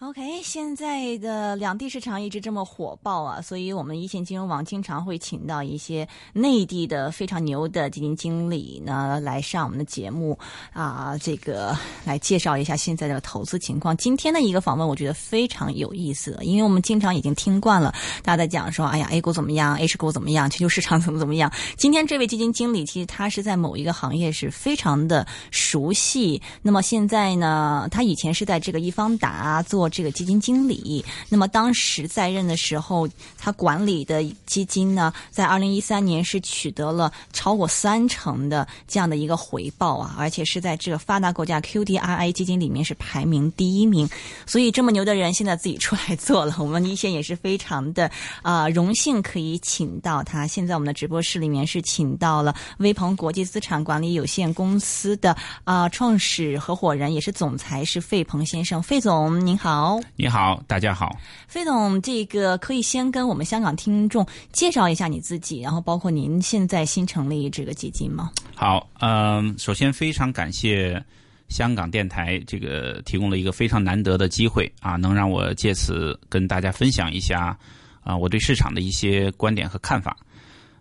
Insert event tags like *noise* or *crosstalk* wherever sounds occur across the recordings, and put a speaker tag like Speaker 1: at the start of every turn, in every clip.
Speaker 1: OK，现在的两地市场一直这么火爆啊，所以我们一线金融网经常会请到一些内地的非常牛的基金经理呢来上我们的节目啊，这个来介绍一下现在的投资情况。今天的一个访问，我觉得非常有意思，因为我们经常已经听惯了大家在讲说，哎呀，A 股怎么样，H 股怎么样，全球市场怎么怎么样。今天这位基金经理其实他是在某一个行业是非常的熟悉，那么现在呢，他以前是在这个易方达做。这个基金经理，那么当时在任的时候，他管理的基金呢，在二零一三年是取得了超过三成的这样的一个回报啊，而且是在这个发达国家 QDII 基金里面是排名第一名。所以这么牛的人，现在自己出来做了，我们一线也是非常的啊、呃、荣幸可以请到他。现在我们的直播室里面是请到了威鹏国际资产管理有限公司的啊、呃、创始合伙人，也是总裁是费鹏先生。费总您好。好，
Speaker 2: 你好，大家好，
Speaker 1: 费总，这个可以先跟我们香港听众介绍一下你自己，然后包括您现在新成立这个基金吗？
Speaker 2: 好，嗯、呃，首先非常感谢香港电台这个提供了一个非常难得的机会啊，能让我借此跟大家分享一下啊、呃、我对市场的一些观点和看法。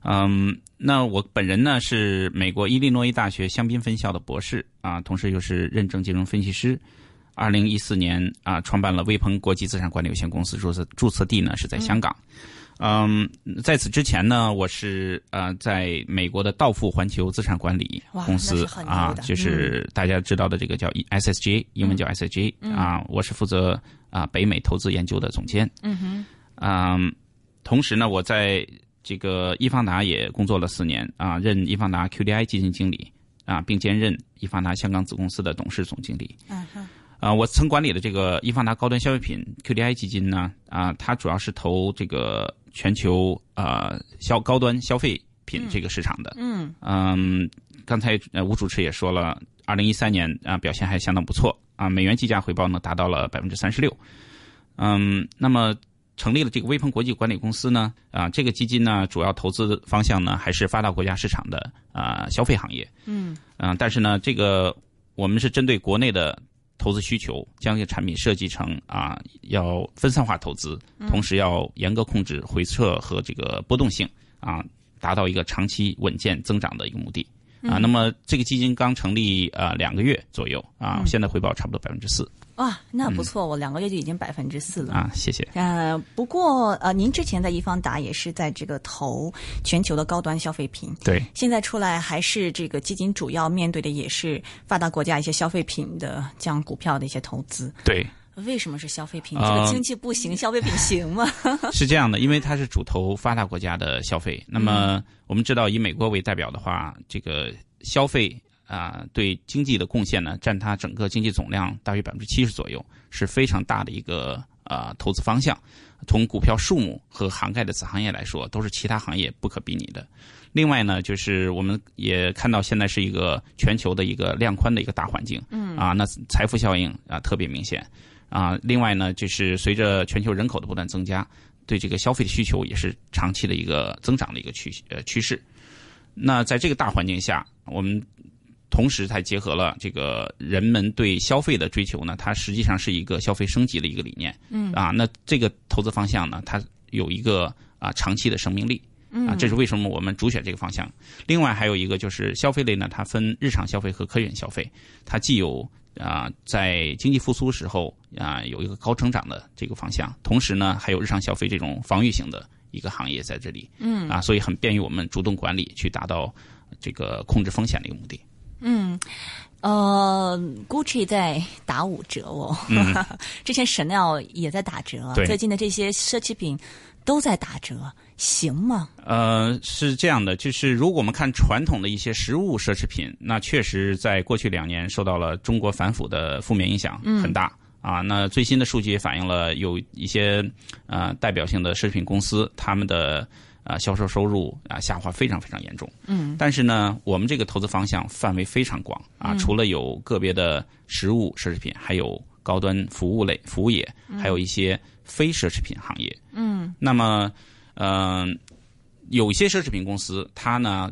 Speaker 2: 嗯，那我本人呢是美国伊利诺伊大学香槟分校的博士啊，同时又是认证金融分析师。二零一四年啊、呃，创办了威鹏国际资产管理有限公司，注册注册地呢是在香港。嗯，嗯在此之前呢，我是呃在美国的道富环球资产管理公司啊，就是大家知道的这个叫 SSG，、嗯、英文叫 SSG、嗯、啊，我是负责啊、呃、北美投资研究的总监。嗯哼，嗯，同时呢，我在这个易方达也工作了四年啊，任易方达 QDI 基金经理啊，并兼任易方达香港子公司的董事总经理。嗯哼。啊、呃，我曾管理的这个易方达高端消费品 QDI 基金呢，啊、呃，它主要是投这个全球呃消高端消费品这个市场的。嗯嗯，刚才呃吴主持也说了，二零一三年啊、呃、表现还相当不错啊，美元计价回报呢达到了百分之三十六。嗯，那么成立了这个微鹏国际管理公司呢，啊，这个基金呢主要投资方向呢还是发达国家市场的啊消费行业。嗯嗯，但是呢，这个我们是针对国内的。投资需求将这个产品设计成啊，要分散化投资，同时要严格控制回撤和这个波动性啊，达到一个长期稳健增长的一个目的啊。那么这个基金刚成立呃两个月左右啊，现在回报差不多百分之四。
Speaker 1: 哇，那不错，我两个月就已经百分之四了
Speaker 2: 啊！谢谢。
Speaker 1: 呃，不过呃，您之前在易方达也是在这个投全球的高端消费品，
Speaker 2: 对，
Speaker 1: 现在出来还是这个基金主要面对的也是发达国家一些消费品的这样股票的一些投资，
Speaker 2: 对。
Speaker 1: 为什么是消费品？这个经济不行，呃、消费品行吗？
Speaker 2: 是这样的，因为它是主投发达国家的消费。那么我们知道，以美国为代表的话，这个消费。啊、呃，对经济的贡献呢，占它整个经济总量大约百分之七十左右，是非常大的一个呃投资方向。从股票数目和涵盖的子行业来说，都是其他行业不可比拟的。另外呢，就是我们也看到现在是一个全球的一个量宽的一个大环境，嗯啊，那财富效应啊特别明显啊。另外呢，就是随着全球人口的不断增加，对这个消费的需求也是长期的一个增长的一个趋呃趋势。那在这个大环境下，我们。同时，它结合了这个人们对消费的追求呢，它实际上是一个消费升级的一个理念。嗯啊，那这个投资方向呢，它有一个啊长期的生命力。啊，这是为什么我们主选这个方向。另外还有一个就是消费类呢，它分日常消费和科研消费，它既有啊、呃、在经济复苏时候啊、呃、有一个高成长的这个方向，同时呢还有日常消费这种防御型的一个行业在这里。嗯啊，所以很便于我们主动管理，去达到这个控制风险的一个目的。
Speaker 1: 嗯，呃，Gucci 在打五折哦，
Speaker 2: 嗯、
Speaker 1: *laughs* 之前 Chanel 也在打折，啊最近的这些奢侈品都在打折，行吗？
Speaker 2: 呃，是这样的，就是如果我们看传统的一些实物奢侈品，那确实在过去两年受到了中国反腐的负面影响很大、嗯、啊。那最新的数据也反映了有一些呃代表性的奢侈品公司他们的。啊，销售收入啊下滑非常非常严重。嗯，但是呢，我们这个投资方向范围非常广啊，除了有个别的食物奢侈品，还有高端服务类服务业，还有一些非奢侈品行业。嗯，那么，嗯、呃，有一些奢侈品公司，它呢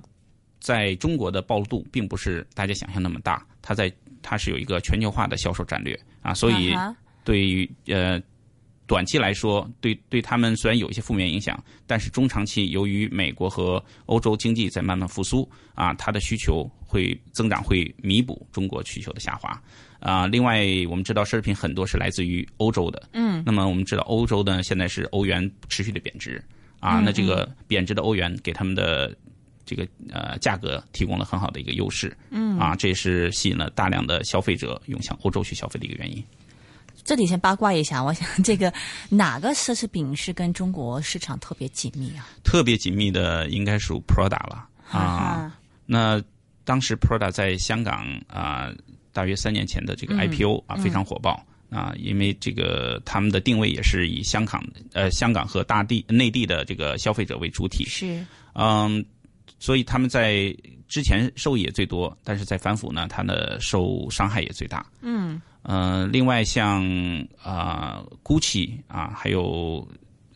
Speaker 2: 在中国的暴露度并不是大家想象那么大，它在它是有一个全球化的销售战略啊，所以
Speaker 1: 啊哈
Speaker 2: 对于呃短期来说，对对他们虽然有一些负面影响，但是中长期由于美国和欧洲经济在慢慢复苏啊，它的需求会增长会弥补中国需求的下滑啊。另外，我们知道奢侈品很多是来自于欧洲的，嗯，那么我们知道欧洲呢现在是欧元持续的贬值啊，那这个贬值的欧元给他们的。这个呃价格提供了很好的一个优势，嗯啊，这也是吸引了大量的消费者涌向欧洲去消费的一个原因。
Speaker 1: 这里先八卦一下，我想这个 *laughs* 哪个奢侈品是跟中国市场特别紧密啊？
Speaker 2: 特别紧密的应该属 Prada 了啊。
Speaker 1: 哈
Speaker 2: 那当时 Prada 在香港啊、大约三年前的这
Speaker 1: 嗯
Speaker 2: 个 IPO 啊、非常火爆啊，因为这个他们的定位也是以香港呃香港和大地内地的这个消费者为主体，
Speaker 1: 是
Speaker 2: 嗯，所以他们在之前受益也最多，但是在反腐呢，它的受伤害也最大。嗯，呃，另外像啊、GUCCI 啊，还有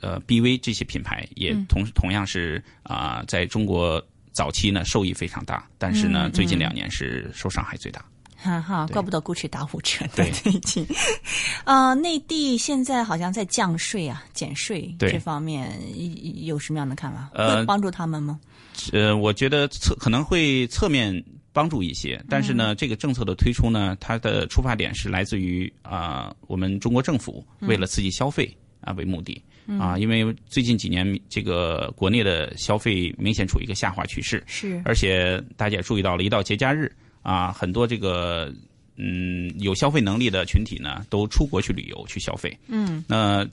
Speaker 2: 呃 BV 这些品牌，也同、同样是啊、在中国早期呢受益非常大，但是呢，最近两年是受伤害最大。
Speaker 1: 哈哈，
Speaker 2: 对
Speaker 1: 怪不得 GUCCI 打五折呢，
Speaker 2: 对
Speaker 1: 最近。 *laughs* 呃，内地现在好像在降税啊、减税
Speaker 2: 对
Speaker 1: 这方面一有什么样的看法？
Speaker 2: 呃
Speaker 1: 会帮助他们吗？
Speaker 2: 呃，我觉得侧可能会侧面帮助一些，但是呢，这个政策的推出呢，它的出发点是来自于啊、我们中国政府为了刺激消费啊、为目的啊、因为最近几年这个国内的消费明显处于一个下滑趋势，
Speaker 1: 是
Speaker 2: 而且大家也注意到了，一到节假日啊，很多这个嗯有消费能力的群体呢，都出国去旅游去消费。嗯，那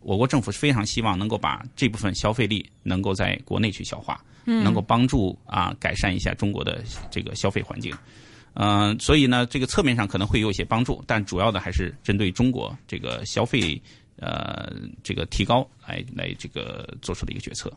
Speaker 2: 我国政府是非常希望能够把这部分消费力能够在国内去消化，能够帮助啊改善一下中国的这个消费环境。嗯、所以呢，这个侧面上可能会有一些帮助，但主要的还是针对中国这个消费呃这个提高来来这个做出的一个决策。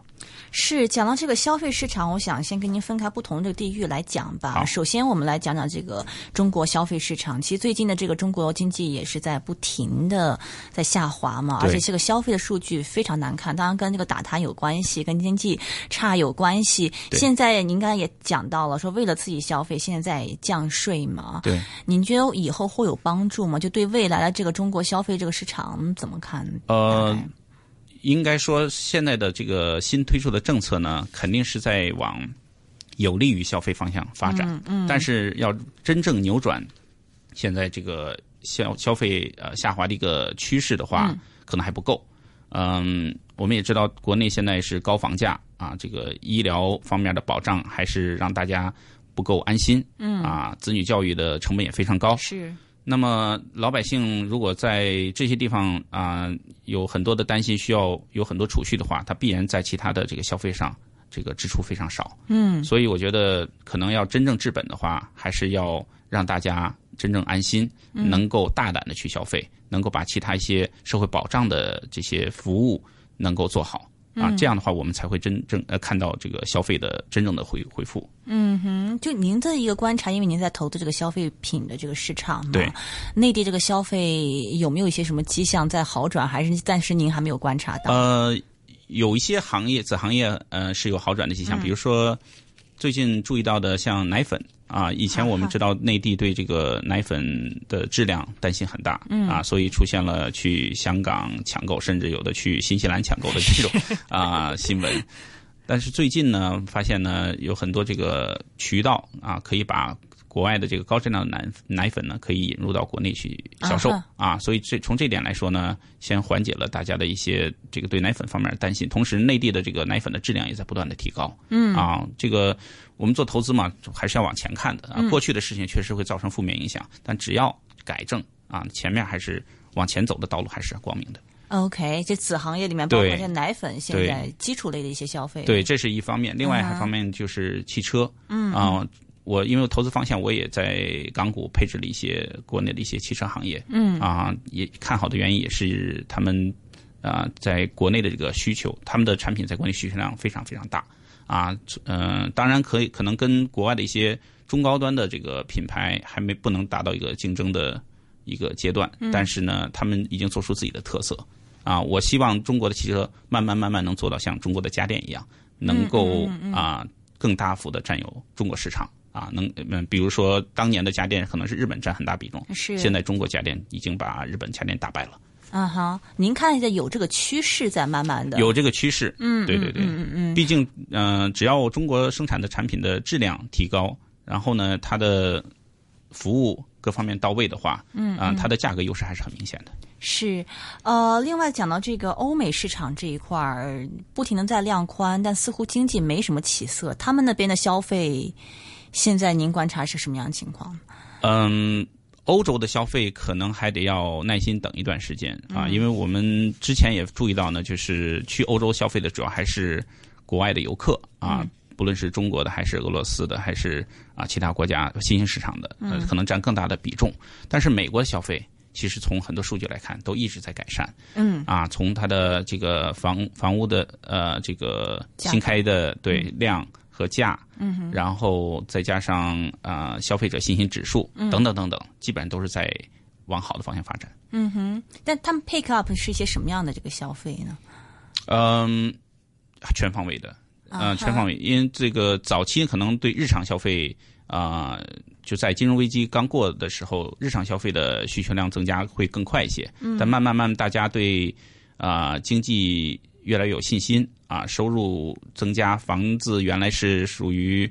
Speaker 1: 是，讲到这个消费市场，我想先跟您分开不同的地域来讲吧。
Speaker 2: 好
Speaker 1: 首先，我们来讲讲这个中国消费市场。其实最近的这个中国经济也是在不停的在下滑嘛，而
Speaker 2: 对
Speaker 1: 且这个消费的数据非常难看，当然跟这个打贪有关系，跟经济差有关系。
Speaker 2: 对
Speaker 1: 现在您刚才也讲到了，说为了刺激消费，现在降税嘛，
Speaker 2: 对。
Speaker 1: 您觉得以后会有帮助吗？就对未来的这个中国消费这个市场怎么看？大
Speaker 2: 呃
Speaker 1: 概
Speaker 2: 应该说，现在的这个新推出的政策呢，肯定是在往有利于消费方向发展。嗯，但是要真正扭转现在这个消消费呃下滑的一个趋势的话，可能还不够。嗯，我们也知道，国内现在是高房价啊，这个医疗方面的保障还是让大家不够安心。嗯啊，子女教育的成本也非常高。
Speaker 1: 是
Speaker 2: 那么老百姓如果在这些地方啊、有很多的担心，需要有很多储蓄的话，他必然在其他的这个消费上，这个支出非常少。嗯，所以我觉得可能要真正治本的话，还是要让大家真正安心，能够大胆的去消费，能够把其他一些社会保障的这些服务能够做好啊，这样的话我们才会真正呃看到这个消费的真正的回回复。
Speaker 1: 就您的一个观察，因为您在投资这个消费品的这个市场嘛，
Speaker 2: 对，
Speaker 1: 内地这个消费有没有一些什么迹象在好转，还是暂时您还没有观察到？
Speaker 2: 呃，有一些行业子行业呃是有好转的迹象，比如说最近注意到的像奶粉啊，以前我们知道内地对这个奶粉的质量担心很大，嗯啊，所以出现了去香港抢购，甚至有的去新西兰抢购的这种 *laughs* 啊新闻。但是最近呢，发现呢有很多这个渠道啊，可以把国外的这个高质量的奶奶粉呢，可以引入到国内去销售
Speaker 1: 啊
Speaker 2: 啊所以这从这点来说呢，先缓解了大家的一些这个对奶粉方面的担心，同时内地的这个奶粉的质量也在不断的提高，嗯啊，这个我们做投资嘛，还是要往前看的啊，过去的事情确实会造成负面影响，但只要改正啊，前面还是往前走的道路还是光明的。
Speaker 1: OK，这子行业里面包括
Speaker 2: 呃对
Speaker 1: 像奶粉，现在基础类的一些消费，
Speaker 2: 对，这是一方面。另外还方面就是汽车，嗯啊、我因为投资方向，我也在港股配置了一些国内的一些汽车行业，嗯啊，也看好的原因也是他们啊、在国内的这个需求，他们的产品在国内需求量非常非常大啊，嗯、当然可以可能跟国外的一些中高端的这个品牌还没不能达到一个竞争的一个阶段，
Speaker 1: 嗯
Speaker 2: 但是呢，他们已经做出自己的特色。啊，我
Speaker 1: 嗯
Speaker 2: 希望中国的汽车慢慢慢慢能做到像中国的家电一样，能够啊、更大幅的占有中国市场啊，能嗯，比如说当年的家电可能是日本占很大比重，
Speaker 1: 是
Speaker 2: 现在中国家电已经把日本家电打败了，
Speaker 1: 啊哈，您看一下有这个趋势在慢慢的
Speaker 2: 有这个趋势，
Speaker 1: 嗯，
Speaker 2: 对对对
Speaker 1: 嗯嗯嗯
Speaker 2: 毕竟，嗯，只要中国生产的产品的质量提高，然后呢，它的服务各方面到位的话，嗯，啊、它的价格优势还是很明显的。
Speaker 1: 是，呃，另外讲到这个欧美市场这一块儿，不停的在量宽，但似乎经济没什么起色，他们那边的消费。现在您观察是什么样的情况？
Speaker 2: 嗯，欧洲的消费可能还得要耐心等一段时间啊，因为我们之前也注意到呢，就是去欧洲消费的主要还是国外的游客啊。不论是中国的，还是俄罗斯的，还是啊其他国家新兴市场的，呃，可能占更大的比重。但是美国消费其实从很多数据来看，都一直在改善。
Speaker 1: 嗯，
Speaker 2: 啊，从它的这个房房屋的呃这个
Speaker 1: 价
Speaker 2: 新
Speaker 1: 格
Speaker 2: 开的对量和价，嗯，然后再加上啊、呃消费者信心指数等等等等，基本上都是在往好的方向发展。
Speaker 1: 但他们 pick up 是一些什么样的这个消费呢？
Speaker 2: 嗯，全方位的，
Speaker 1: 啊哈
Speaker 2: 呃，全方位，因为这个早期可能对日常消费啊、呃就在金融危机刚过的时候，日常消费的需求量增加会更快一些。但慢慢慢，大家对啊、呃经济越来越有信心啊、收入增加，房子原来是属于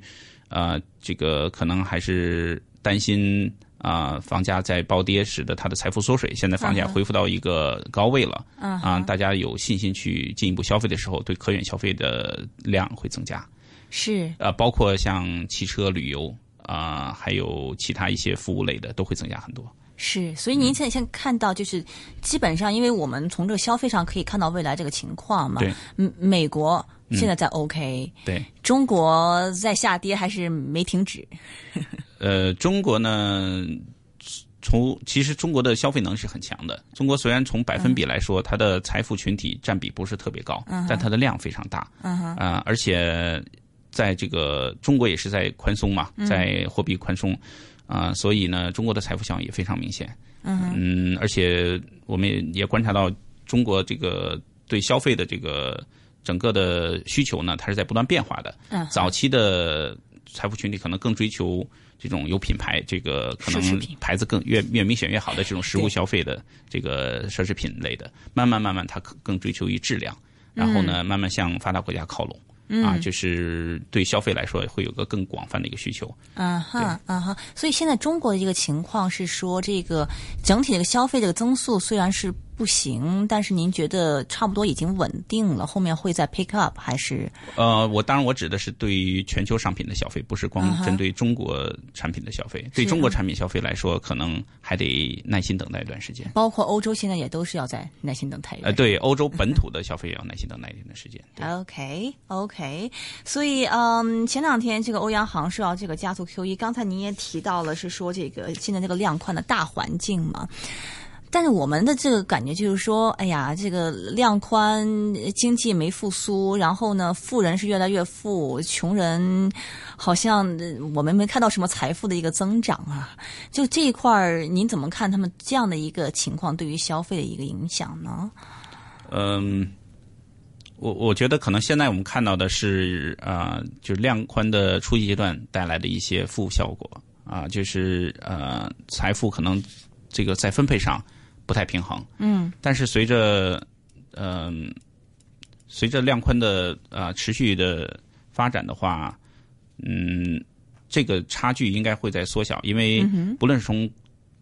Speaker 2: 呃这个可能还是担心。啊、房价在暴跌使得它的财富缩水，现在房价
Speaker 1: 嗯哼
Speaker 2: 恢复到一个高位了。
Speaker 1: 嗯
Speaker 2: 啊，
Speaker 1: 哼
Speaker 2: 大家有信心去进一步消费的时候，对可远消费的量会增加。
Speaker 1: 是
Speaker 2: 呃，包括像汽车旅游啊、还有其他一些服务类的都会增加很多。
Speaker 1: 是，所以您现在先看到，就是基本上，因为我们从这个消费上可以看到未来这个情况嘛。
Speaker 2: 对嗯
Speaker 1: 嗯，美国现在在 OK，、
Speaker 2: 对，
Speaker 1: 中国在下跌还是没停止。
Speaker 2: 呃，中国呢，从其实中国的消费能力是很强的。中国虽然从百分比来说，它的财富群体占比不是特别高，但它的量非常大。啊、而且在这个中国也是在宽松嘛，在货币宽松啊、所以呢，中国的财富效应也非常明显。嗯，而且我们也也观察到，中国这个对消费的这个整个的需求呢，它是在不断变化的。
Speaker 1: 嗯
Speaker 2: 早期的财富群体可能更追求这种有品牌，这个可
Speaker 1: 奢侈
Speaker 2: 能
Speaker 1: 品
Speaker 2: 牌子更越越明显越好的这种实
Speaker 1: 对
Speaker 2: 物消费的这个奢侈品类的，慢慢慢慢它更更追求于质量，然后
Speaker 1: 嗯
Speaker 2: 呢，慢慢向发达国家靠拢。啊，就是对消费来说会有个更广泛的一个需求。
Speaker 1: 嗯哼，嗯哼，所以现在中国的这个情况是说，这个整体这个消费这个增速虽然是不行，但是您觉得差不多已经稳定了，后面会再 pick up 还是？
Speaker 2: 呃，我当然我指的是对于全球商品的消费，不是光针对中国产品的消费。对中国产品消费来说，可能还得耐心等待一段时间。
Speaker 1: 包括欧洲现在也都是要在耐心等待一
Speaker 2: 呃，
Speaker 1: 段时间。
Speaker 2: 对欧洲本土的消费也要耐心等待一段时间。对
Speaker 1: OK OK，所以嗯，前两天这个欧央行是要这个加速 QE，刚才您也提到了，是说这个现在这个量宽的大环境嘛。但是我们的这个感觉就是说，哎呀，这个量宽，呃经济没复苏，然后呢，富人是越来越富，穷人好像呃我们没看到什么财富的一个增长啊。就这一块儿，您怎么看他们这样的一个情况对于消费的一个影响呢？
Speaker 2: 嗯，我我觉得可能现在我们看到的是啊、呃就是量宽的初级阶段带来的一些负效果啊、就是呃，财富可能这个在分配上不太平衡。嗯，但是随着嗯、随着量宽的啊、呃持续的发展的话，嗯，这个差距应该会在缩小，因为不论是从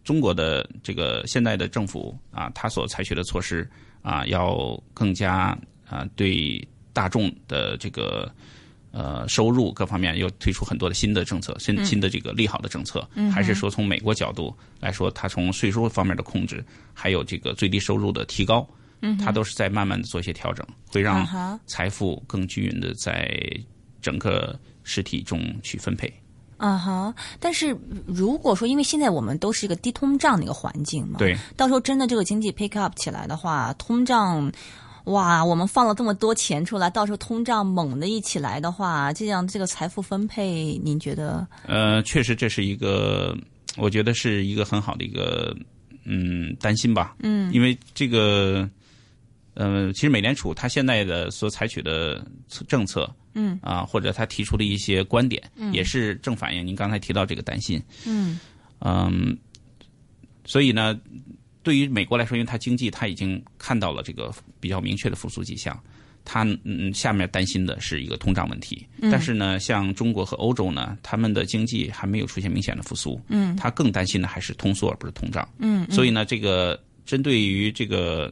Speaker 2: 中国的这个现在的政府啊，它所采取的措施啊，要更加啊对大众的这个呃收入各方面又推出很多的新的政策，新新的这个利好的政策，还是说从美国角度来说，它从税收方面的控制，还有这个最低收入的提高，它都是在慢慢的做一些调整，会
Speaker 1: 啊
Speaker 2: 让
Speaker 1: 哈、
Speaker 2: 财富更均匀的在整个实体中去分配。
Speaker 1: 啊哈！但是如果说，因为现在我们都是一个低通胀的一个环境嘛，，
Speaker 2: 对，
Speaker 1: 到时候真的这个经济 pick up 起来的话，通胀，哇，我们放了这么多钱出来，到时候通胀猛的一起来的话，这样这个财富分配，您觉得？
Speaker 2: 呃，确实这是一个，我觉得是一个很好的一个嗯担心吧。嗯，因为这个呃，其实美联储它现在的所采取的策政策
Speaker 1: 嗯
Speaker 2: 啊、或者他提出的一些观点，
Speaker 1: 嗯
Speaker 2: 也是正反映您刚才提到这个担心。
Speaker 1: 嗯
Speaker 2: 嗯，所以呢，对于美国来说，因为它经济它已经看到了这个比较明确的复苏迹象，它嗯下面担心的是一个通胀问题。
Speaker 1: 嗯
Speaker 2: 但是呢，像中国和欧洲呢，他们的经济还没有出现明显的复苏，嗯，它更担心的还是通缩而不是通胀。
Speaker 1: 嗯，
Speaker 2: 所以呢，这个针对于这个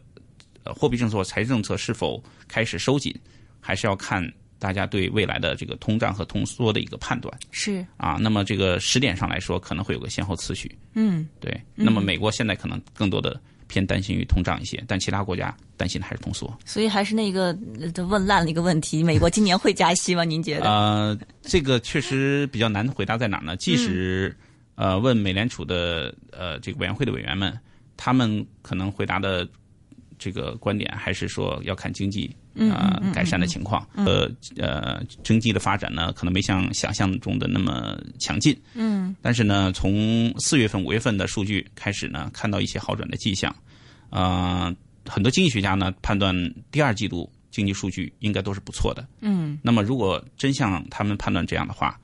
Speaker 2: 呃货币政策、和财政政策是否开始收紧，还是要看大家对未来的这个通胀和通缩的一个判断。
Speaker 1: 是
Speaker 2: 啊，那么这个时点上来说，可能会有个先后次序。
Speaker 1: 嗯
Speaker 2: 对，那么美国现在可能更多的偏担心于通胀一些，但其他国家担心的还是通缩。
Speaker 1: 所以还是那个呃问烂了一个问题，美国今年会加息吗？您觉得？
Speaker 2: 呃，这个确实比较难回答在哪儿呢？即使呃问美联储的呃这个委员会的委员们，他们可能回答的这个观点还是说要看经济啊、呃、改善的情况，呃呃经济的发展呢，可能没像想象中的那么强劲。嗯，但是呢，从四月份、五月份的数据开始呢，看到一些好转的迹象。呃，很多经济学家呢判断第二季度经济数据应该都是不错的。嗯，那么如果真像他们判断这样的话，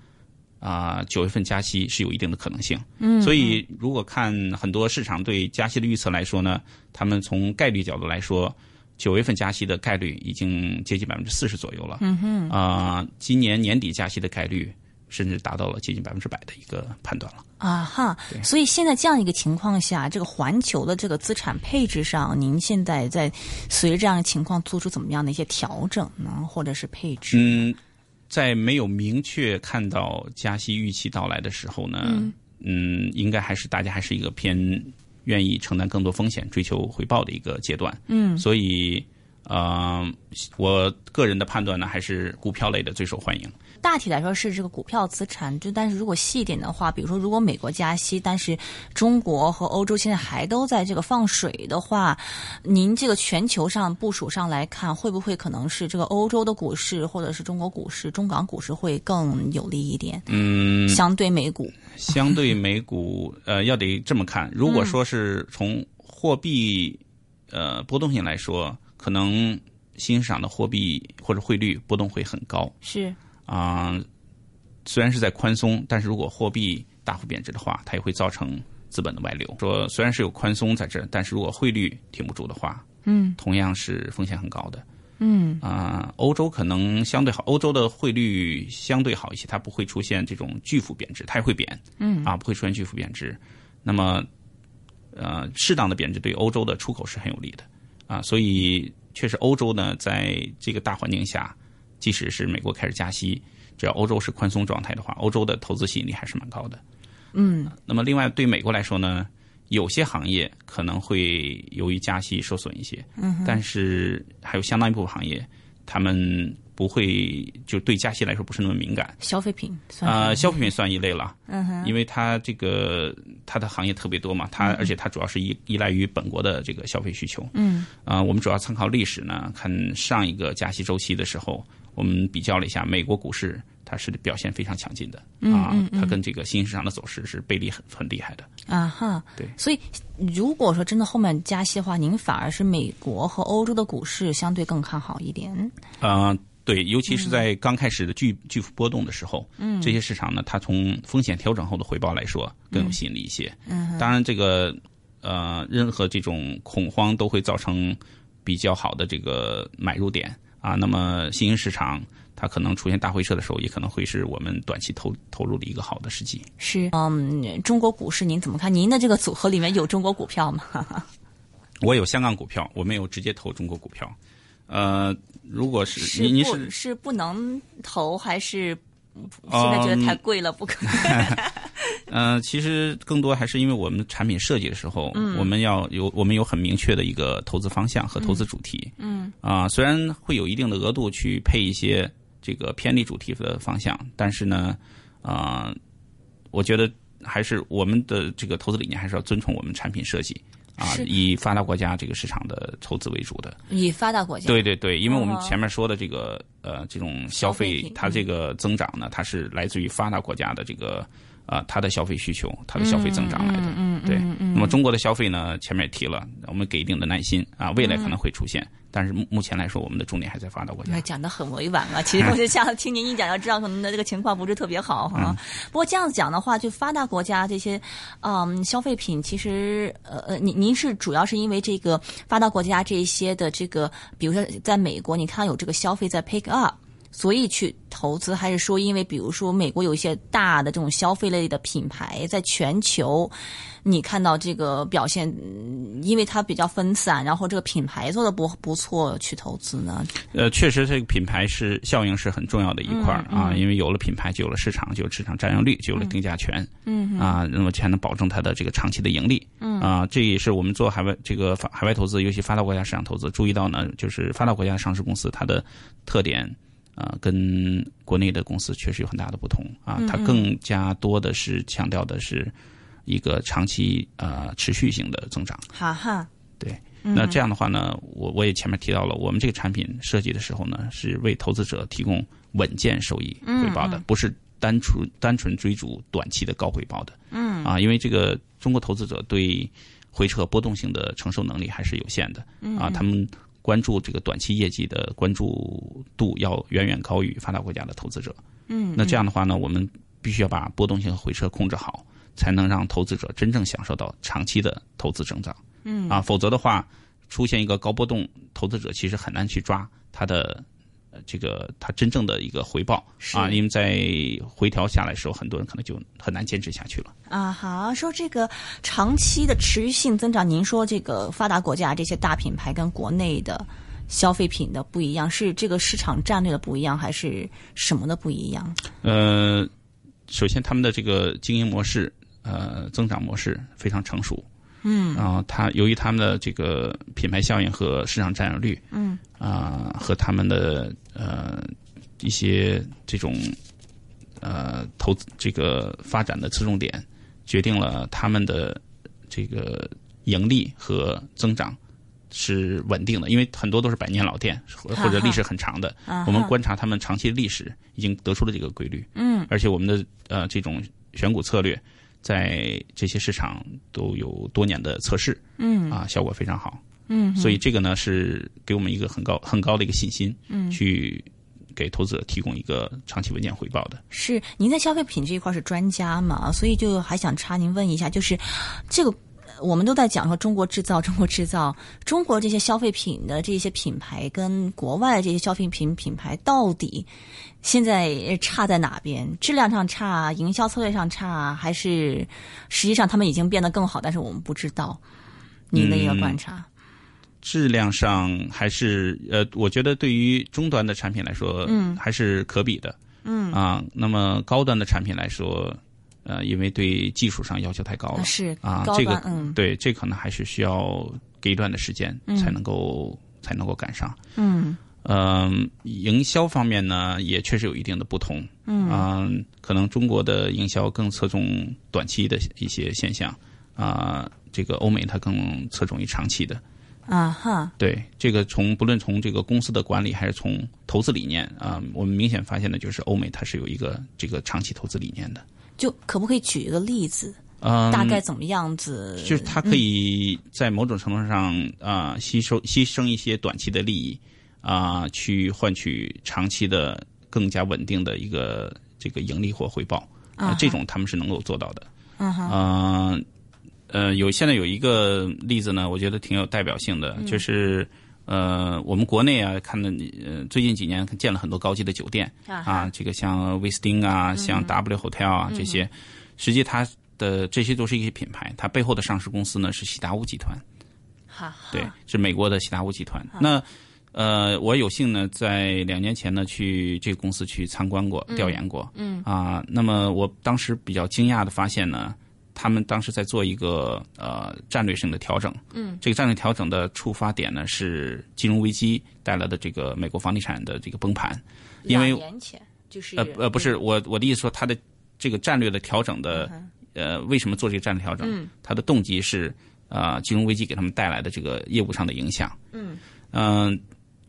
Speaker 2: 啊、九月份加息是有一定的可能性。嗯，所以如果看很多市场对加息的预测来说呢，他们从概率角度来说。九月份加息的概率已经接近百分之四十左右了，嗯哼，啊、今年年底加息的概率甚至达到了接近百分之百的一个判断了。
Speaker 1: 啊哈，所以现在这样一个情况下，这个环球的这个资产配置上，您现在在随着这样的情况做出怎么样的一些调整呢？或者是配置？
Speaker 2: 嗯，在没有明确看到加息预期到来的时候呢，嗯应该还是大家还是一个偏愿意承担更多风险、追求回报的一个阶段。嗯，所以呃，我个人的判断呢，还是股票类的最受欢迎。
Speaker 1: 大体来说是这个股票资产，就但是如果细一点的话，比如说如果美国加息，但是中国和欧洲现在还都在这个放水的话，您这个全球上部署上来看，会不会可能是这个欧洲的股市或者是中国股市、中港股市会更有利一点？嗯，相对美股，
Speaker 2: 相对美股，呃，要得这么看。如果说是从货币呃波动性来说，可能新兴市场的货币或者汇率波动会很高。
Speaker 1: 是
Speaker 2: 啊、虽然是在宽松，但是如果货币大幅贬值的话，它也会造成资本的外流。说虽然是有宽松在这儿，但是如果汇率挺不住的话，嗯，同样是风险很高的。嗯啊、欧洲可能相对好，欧洲的汇率相对好一些，它不会出现这种巨幅贬值，它也会贬，嗯啊，不会出现巨幅贬值。那么，呃，适当的贬值对欧洲的出口是很有利的啊，所以确实欧洲呢，在这个大环境下，即使是美国开始加息，只要欧洲是宽松状态的话，欧洲的投资吸引力还是蛮高的。嗯，那么另外对美国来说呢，有些行业可能会由于加息受损一些，嗯，但是还有相当一部分行业，他们不会就对加息来说不是那么敏感。
Speaker 1: 消费品算
Speaker 2: 啊、消费品算一类了，嗯哼，嗯因为它这个它的行业特别多嘛，它而且它主要是依依赖于本国的这个消费需求，嗯，啊、我们主要参考历史呢，看上一个加息周期的时候，我们比较了一下美国股市，它是表现非常强劲的，啊，它跟这个新兴市场的走势是背离很很厉害的，
Speaker 1: 啊哈，
Speaker 2: 对
Speaker 1: 所以如果说真的后面加息的话，您反而是美国和欧洲的股市相对更看好一点。
Speaker 2: 啊、对，尤其是在刚开始的巨巨幅波动的时候，嗯，这些市场呢，它从风险调整后的回报来说更有吸引力一些。嗯，当然这个呃，任何这种恐慌都会造成比较好的这个买入点啊。那么新兴市场它可能出现大回撤的时候，也可能会是我们短期投投入的一个好的时机。
Speaker 1: 是，嗯，中国股市您怎么看？您的这个组合里面有中国股票吗？
Speaker 2: 我有香港股票，我没有直接投中国股票。呃，如果是您您
Speaker 1: 不
Speaker 2: 是
Speaker 1: 是不能投，还是
Speaker 2: 嗯
Speaker 1: 现在觉得太贵了，不可能？
Speaker 2: *laughs* 呃，其实更多还是因为我们产品设计的时候，我们要有我们有很明确的一个投资方向和投资主题。嗯啊、虽然会有一定的额度去配一些这个偏离主题的方向，但是呢，啊、我觉得还是我们的这个投资理念还是要遵从我们产品设计啊
Speaker 1: 是，
Speaker 2: 以发达国家这个市场的投资为主的。
Speaker 1: 以发达国家
Speaker 2: 对对对，因为我们
Speaker 1: 哦
Speaker 2: 前面说的这个呃，这种
Speaker 1: 消
Speaker 2: 消
Speaker 1: 费
Speaker 2: 费
Speaker 1: 品，
Speaker 2: 它这个增长呢，它
Speaker 1: 嗯
Speaker 2: 是来自于发达国家的这个呃，它的消费需求，它的消费增长来的。对，那么中国的消费呢，前面也提了，我们给一定的耐心啊，未来可能会出现，但是目目前来说，我们的重点还在发达国家
Speaker 1: 那。哎讲的很委婉啊， *laughs* 其实我就像听您一讲，要知道可能的这个情况不是特别好哈、不过这样子讲的话，就发达国家这些，嗯，消费品其实，呃呃，您您是主要是因为这个发达国家这一些的这个，比如说在美国，你看有这个消费在 pick up。所以去投资，还是说因为比如说美国有一些大的这种消费类的品牌，在全球，你看到这个表现，嗯因为它比较分散，然后这个品牌做的不不错，去投资呢？
Speaker 2: 呃，确实这个品牌是效应是很重要的一块儿啊，因为有了品牌就有了市场，就有市场占有率，就有了定价权，嗯啊，那么才能保证它的这个长期的盈利，嗯啊，这也是我们做海外这个发海外投资，尤其发达国家市场投资，注意到呢，就是发达国家的上市公司它的特点。啊，跟国内的公司确实有很大的不同啊，它更加多的是强调的是一个长期呃持续性的增长。
Speaker 1: 哈哈，嗯
Speaker 2: 对，那这样的话呢，我我也前面提到了，我们这个产品设计的时候呢，是为投资者提供稳健收益回报的，不是单纯单纯追逐短期的高回报的。嗯，啊，因为这个中国投资者对回撤波动性的承受能力还是有限的。
Speaker 1: 嗯
Speaker 2: 啊，他们关注这个短期业绩的关注度要远远高于发达国家的投资者。嗯，那这样的话呢，我们必须要把波动性和回撤控制好，才能让投资者真正享受到长期的投资增长。嗯，啊，否则的话，出现一个高波动，投资者其实很难去抓它的。呃这个它真正的一个回报啊，因为在回调下来的时候，很多人可能就很难坚持下去了。
Speaker 1: 啊哈，说这个长期的持续性增长，您说这个发达国家这些大品牌跟国内的消费品的不一样，是这个市场战略的不一样，还是什么的不一样？
Speaker 2: 呃，首先他们的这个经营模式，呃，增长模式非常成熟。嗯，啊、它由于他们的这个品牌效应和市场占有率，嗯，啊、和他们的呃一些这种呃投资这个发展的侧重点，决定了他们的这个盈利和增长是稳定的，因为很多都是百年老店或或者历史很长的。
Speaker 1: 啊
Speaker 2: 我们观察他们长期历史，已经得出了这个规律。嗯，而且我们的呃这种选股策略，在这些市场都有多年的测试。嗯，啊，效果非常好。嗯，所以这个呢是给我们一个很高很高的一个信心，嗯，去给投资者提供一个长期稳健回报的。
Speaker 1: 是您在消费品这一块是专家嘛，所以就还想插您问一下，就是这个呃我们都在讲说中国制造，中国制造，中国这些消费品的这些品牌跟国外这些消费品品牌到底现在呃差在哪边？质量上差，营销策略上差，还是实际上他们已经变得更好，但是我们不知道？您的一个观
Speaker 2: 嗯
Speaker 1: 察，
Speaker 2: 质量上还是呃，我觉得对于中端的产品来说，嗯，还是可比的，嗯啊。那么高端的产品来说，呃，因为对技术上要求太高了，
Speaker 1: 是
Speaker 2: 啊
Speaker 1: 高，
Speaker 2: 这
Speaker 1: 端
Speaker 2: 个、
Speaker 1: 嗯
Speaker 2: 对，这可能还是需要给一段的时间才能够、才能够赶上。
Speaker 1: 嗯
Speaker 2: 嗯，营销方面呢，也确实有一定的不同。嗯、可能中国的营销更侧重短期的一些现象，啊、这个欧美它更侧重于长期的。
Speaker 1: 啊哈，
Speaker 2: 对，这个从不论从这个公司的管理还是从投资理念啊、我们明显发现的就是欧美它是有一个这个长期投资理念的。
Speaker 1: 就可不可以举一个例子？
Speaker 2: 嗯，
Speaker 1: 大概怎么样子？
Speaker 2: 就是它可以在某种程度上啊、吸收牺牲一些短期的利益啊、去换取长期的更加稳定的一个这个盈利或回报啊、这种他们是能够做到的。
Speaker 1: 嗯哼
Speaker 2: 啊、呃，有现在有一个例子呢，我觉得挺有代表性的，就是呃，我们国内啊，看的呃，最近几年建了很多高级的酒店
Speaker 1: 啊哈
Speaker 2: 啊，这个像威斯汀啊，像 W Hotel 啊这些，实际它的这些都是一些品牌，它背后的上市公司呢是喜达屋集团，
Speaker 1: 哈哈，
Speaker 2: 对，是美国的喜达屋集团。那呃，我有幸呢，在两年前呢，去这个公司去参观过、调研过。嗯啊、那么我当时比较惊讶的发现呢，他们当时在做一个呃战略性的调整。嗯，这个战略调整的触发点呢是金融危机带来的这个美国房地产的这个崩盘，因为
Speaker 1: 两年前就是
Speaker 2: 呃呃，不是我我的意思说，他的这个战略的调整的呃，为什么做这个战略调整？他的动机是呃，金融危机给他们带来的这个业务上的影响。嗯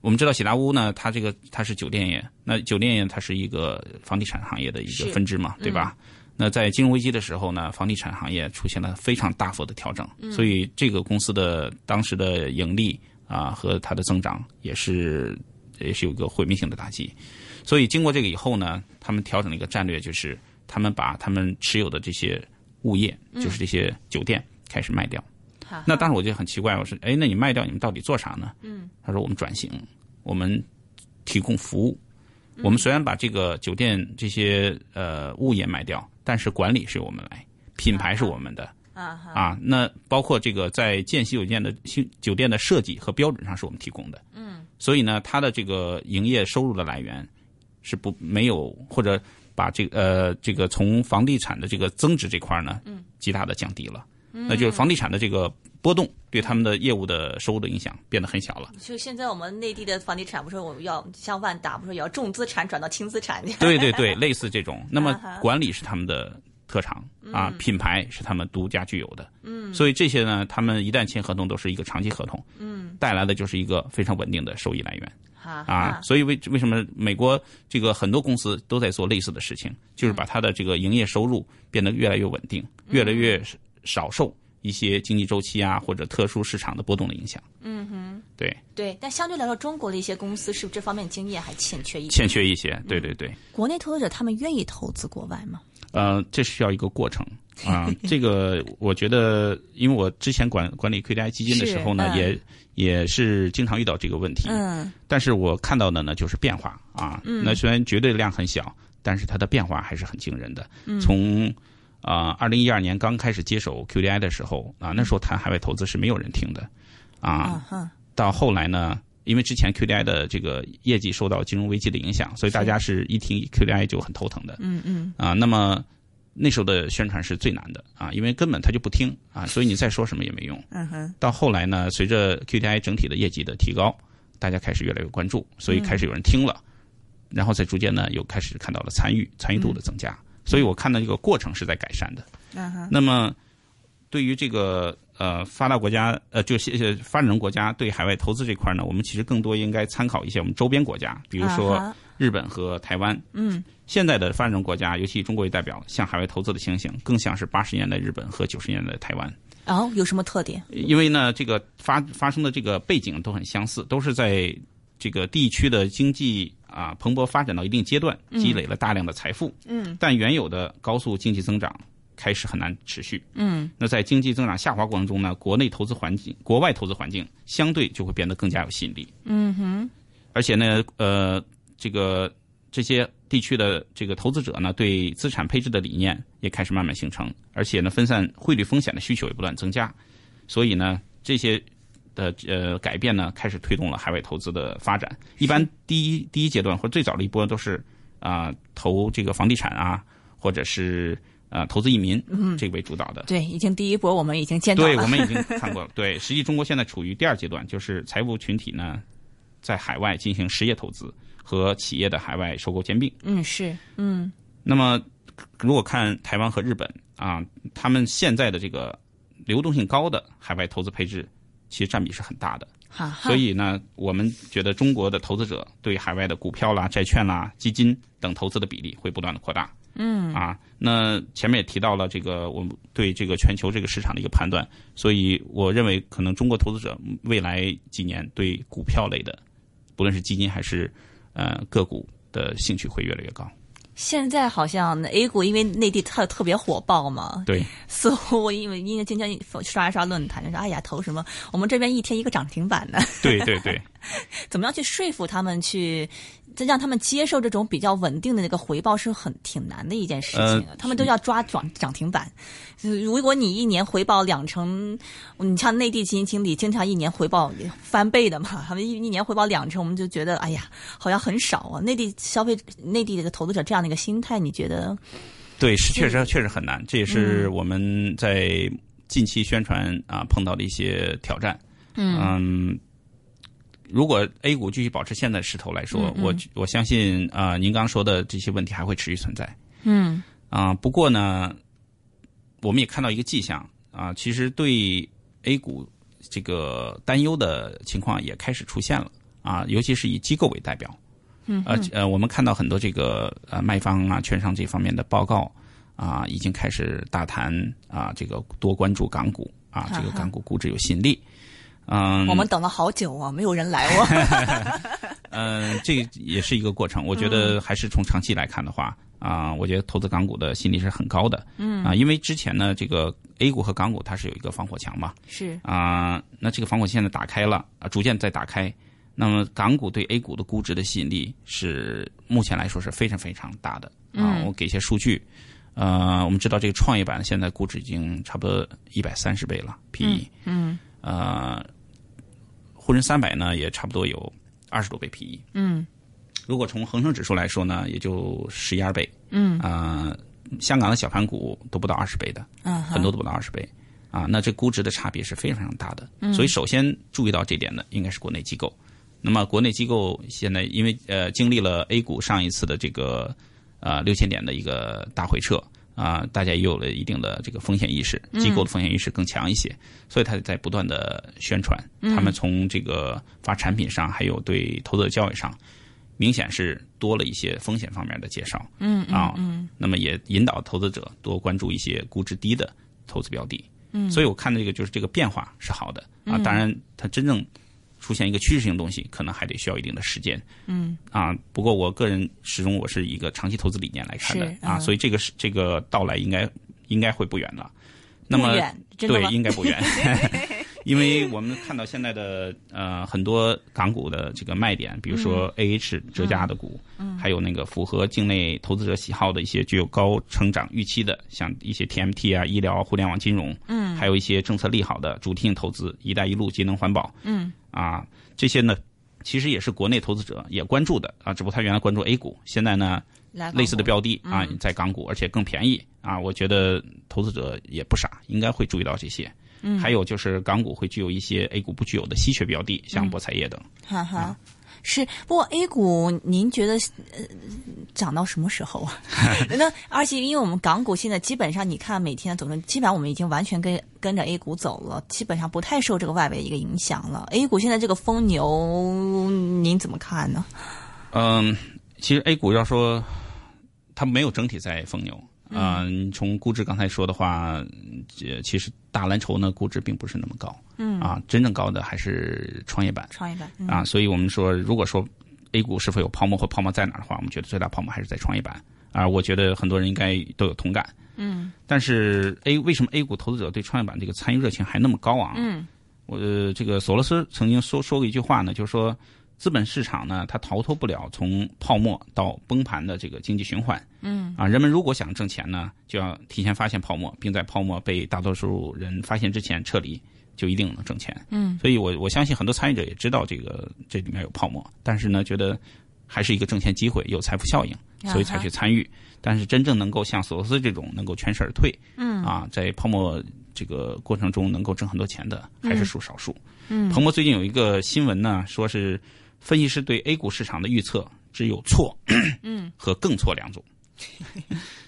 Speaker 2: 我们知道喜达屋呢，它这个它是酒店业，那酒店业它是一个房地产行业的一个嗯
Speaker 1: 是
Speaker 2: 分支嘛，对吧？那在金融危机的时候呢，房地产行业出现了非常大幅的调整，所以这个公司的当时的盈利啊和它的增长也是也是有一个毁灭性的打击。所以经过这个以后呢，他们调整了一个战略，就是他们把他们持有的这些物业，就是这些酒店开始卖掉。
Speaker 1: 好
Speaker 2: 那当时我就很奇怪，我说：“哎，那你卖掉你们到底做啥呢？”嗯，他说：“我们转型，我们提供服务。
Speaker 1: 嗯
Speaker 2: 我们虽然把这个酒店这些呃物业卖掉，但是管理是由我们来，品牌是我们的
Speaker 1: 啊哈
Speaker 2: 啊。那包括这个在建新酒店的新酒店的设计和标准上是我们提供的。嗯，所以呢，它的这个营业收入的来源是不没有或者把这个呃这个从房地产的这个增值这块儿呢，嗯，极大的降低了。那就是房地产的这个波动对他们的业务的收入的影响变得很小了。
Speaker 1: 就现在我们内地的房地产，不是我们要像万达，不是也要重资产转到轻资
Speaker 2: *laughs*
Speaker 1: 产？
Speaker 2: 对对对，类似这种。那么
Speaker 1: 啊哈
Speaker 2: 管理是他们的特长啊，品牌是他们独家具有的。嗯，所以这些呢，他们一旦签合同都是一个长期合同，嗯，带来的就是一个非常稳定的收益来源
Speaker 1: 哈
Speaker 2: 啊。所以为为什么美国这个很多公司都在做类似的事情，就是把它的这个营业收入变得越来越稳定，越来越少受一些经济周期啊或者特殊市场的波动的影响。嗯哼，对。
Speaker 1: 对，但相对来说，中国的一些公司是不是这方面经验还欠缺一点？
Speaker 2: 欠缺一些。对对对，
Speaker 1: 国内投资者他们愿意投资国外吗？
Speaker 2: 呃，这需要一个过程啊、
Speaker 1: *laughs*
Speaker 2: 这个我觉得，因为我之前管管理 QDII 基金的时候呢，
Speaker 1: 是嗯
Speaker 2: 也也是经常遇到这个问题。
Speaker 1: 嗯，
Speaker 2: 但是我看到的呢，就是变化啊。那虽然绝对量很小，但是它的变化还是很惊人的。
Speaker 1: 嗯
Speaker 2: 从啊，二零一二年刚开始接手 QDII 的时候啊，那时候谈海外投资是没有人听的啊。
Speaker 1: 啊哈，
Speaker 2: 到后来呢，因为之前 QDII 的这个业绩受到金融危机的影响，所以大家是一听 QDII 就很头疼的。
Speaker 1: 嗯嗯，
Speaker 2: 啊，那么那时候的宣传是最难的啊，因为根本他就不听啊，所以你再说什么也没用。
Speaker 1: 嗯哼，
Speaker 2: 到后来呢，随着 QDII 整体的业绩的提高，大家开始越来越关注，所以开始有人听了，然后再逐渐呢又开始看到了参与参与度的增加，所以我看到这个过程是在改善的。
Speaker 1: 嗯哼，
Speaker 2: 那么对于这个呃发达国家呃就是发展中国家对海外投资这块呢，我们其实更多应该参考一些我们周边国家，比
Speaker 1: 比
Speaker 2: 如说。日本和台湾。
Speaker 1: 啊嗯，
Speaker 2: 现在的发展中国家，尤其中国为代表，向海外投资的情形，更像是八十年代日本和九十年代的台湾。
Speaker 1: 哦，有什么特点？
Speaker 2: 因为呢，这个发发生的这个背景都很相似，都是在这个地区的经济啊蓬勃发展到一定阶段，积累了大量的财富。
Speaker 1: 嗯，
Speaker 2: 但原有的高速经济增长开始很难持续。嗯，那在经济增长下滑过程中呢，国内投资环境、国外投资环境相对就会变得更加有吸引力。嗯哼，而且呢，呃，这个这些地区的这个投资者呢，对资产配置的理念也开始慢慢形成，而且呢，分散汇率风险的需求也不断增加，所以呢，这些。的呃改变呢，开始推动了海外投资的发展。一般第一第一阶段或者最早的一波都是啊、投这个房地产啊，或者是啊投资移民，嗯，这个为主导的。
Speaker 1: 对，已经第一波我们已经见到
Speaker 2: 对，
Speaker 1: 了
Speaker 2: 我，们已经
Speaker 1: *laughs*
Speaker 2: 看过了。对，实际中国现在处于第二阶段，就是财务群体呢在海外进行实业投资和企业的海外收购兼并。
Speaker 1: 嗯，是，
Speaker 2: 那么，如果看台湾和日本啊，他们现在的这个流动性高的海外投资配置，其实占比是很大的。
Speaker 1: 哈哈，
Speaker 2: 所以呢，我们觉得中国的投资者对海外的股票啦、债券啦、基金等投资的比例会不断的扩大。嗯啊，那前面也提到了这个我们对这个全球这个市场的一个判断，所以我认为可能中国投资者未来几年对股票类的，不论是基金还是呃个股的兴趣会越来越高。
Speaker 1: 现在好像 A 股因为内地特特别火爆嘛， *laughs*
Speaker 2: 对，
Speaker 1: 似乎我因为因为今天刷一刷论坛，就说哎呀投什么，我们这边一天一个涨停板呢， *laughs*
Speaker 2: 对对对，
Speaker 1: 怎么样去说服他们去，再让他们接受这种比较稳定的那个回报是很挺难的一件事情啊、 *laughs* 他们都要抓涨涨停板。就是如果你一年回报两成，你像内地基金经理经常一年回报翻倍的嘛， *laughs* 他们一一年回报两成，我们就觉得哎呀好像很少啊。内地消费内地的投资者这样的一个心态，你觉得
Speaker 2: 对，是确实确实很难，这也是我们在近期宣传啊碰到的一些挑战。嗯如果 A 股继续保持现在的势头来说，我我相信啊、您刚说的这些问题还会持续存在。
Speaker 1: 嗯
Speaker 2: 啊、不过呢，我们也看到一个迹象啊、其实对 A 股这个担忧的情况也开始出现了啊、尤其是以机构为代表。嗯，呃呃，我们看到很多这个呃卖方啊、券商这方面的报告啊，已经开始大谈啊，这个多关注港股啊，这个港股估值有吸引力。嗯，
Speaker 1: 我们等了好久啊，没有人来
Speaker 2: *laughs*
Speaker 1: 哦。
Speaker 2: 嗯、这也是一个过程。我觉得还是从长期来看的话，啊、我觉得投资港股的吸引力是很高的。嗯啊，因为之前呢，这个 A 股和港股它是有一个防火墙嘛，
Speaker 1: 是，
Speaker 2: 啊、那这个防火现在打开了啊，逐渐在打开。那么港股对 A 股的估值的吸引力是目前来说是非常非常大的啊、我给一些数据，呃，我们知道这个创业板现在估值已经差不多一百三十倍了 PE，嗯呃，沪深三百呢也差不多有二十多倍 PE，嗯，如果从恒生指数来说呢，也就十一二倍，嗯啊、香港的小盘股都不到二十倍的，
Speaker 1: 嗯
Speaker 2: 很多都不到二十倍。啊，那这估值的差别是非常非常大的。所以首先注意到这点的应该是国内机构。那么国内机构现在因为呃经历了 A 股上一次的这个呃六千点的一个大回撤啊、大家也有了一定的这个风险意识，机构的风险意识更强一些，所以他在不断的宣传，他们从这个发产品上，还有对投资者教育上。明显是多了一些风险方面的介绍，嗯啊，那么也引导投资者多关注一些估值低的投资标的，嗯，所以我看这个就是这个变化是好的啊，
Speaker 1: 嗯
Speaker 2: 当然它真正出现一个趋势性东西，可能还得需要一定的时间，嗯啊，不过我个人始终我是一个长期投资理念来看的
Speaker 1: 是
Speaker 2: 啊，
Speaker 1: 嗯
Speaker 2: 所以这个是这个到来应该应该会不远了，那
Speaker 1: 不
Speaker 2: 么
Speaker 1: 远，真的
Speaker 2: 对
Speaker 1: 吗，？
Speaker 2: 应该
Speaker 1: *laughs*
Speaker 2: 不远， *laughs* 因为我们看到现在的呃很多港股的这个卖点，比如
Speaker 1: 嗯
Speaker 2: 说 A H 折价的股，还有那个符合境内投资者喜好的一些具有高成长预期的，像一些 T M T 啊、医疗、互联网金融，嗯，还有一些政策利好的主题性投资，“一带一路”、节能环保，嗯，啊，这些呢。其实也是国内投资者也关注的啊，只不过他原来关注 A 股，现在呢
Speaker 1: 来
Speaker 2: 类似的
Speaker 1: 标，
Speaker 2: 标的啊，在港股，而且更便宜啊。我觉得投资者也不傻，应该会注意到这些。嗯，还有就是港股会具有一些 A 股不具有的稀缺标的，像博彩业等。
Speaker 1: 哈
Speaker 2: 啊
Speaker 1: 哈。是，不过 A 股您觉得呃涨到什么时候
Speaker 2: *laughs*
Speaker 1: 啊？那而且因为我们港股现在基本上，你看每天总是基本上我们已经完全跟跟着 A 股走了，基本上不太受这个外围的一个影响了。A 股现在这个疯牛，您怎么看呢？
Speaker 2: 嗯，其实 A 股要说它没有整体在疯牛。嗯、从估值刚才说的话，这其实大蓝筹呢估值并不是那么高。嗯啊，真正高的还是创业板。
Speaker 1: 创业板，嗯
Speaker 2: 啊，所以我们说，如果说 A 股是否有泡沫或泡沫在哪儿的话，我们觉得最大泡沫还是在创业板啊。我觉得很多人应该都有同感。嗯。但是 A 为什么 A 股投资者对创业板这个参与热情还那么高昂？嗯。我呃这个索罗斯曾经说说过一句话呢，就是说资本市场呢，它逃脱不了从泡沫到崩盘的这个经济循环。嗯。啊，人们如果想挣钱呢，就要提前发现泡沫，并在泡沫被大多数人发现之前撤离。就一定能挣钱。嗯，所以我我相信很多参与者也知道这个这里面有泡沫，但是呢，觉得还是一个挣钱机会，有财富效应，
Speaker 1: 哈
Speaker 2: 所以才去参与。但是真正能够像索罗斯这种能够全身而退，嗯啊，在泡沫这个过程中能够挣很多钱的，还是数少数。嗯，彭博最近有一个新闻呢，说是分析师对 A 股市场的预测只有错，嗯，和更错
Speaker 1: *laughs*
Speaker 2: 两种。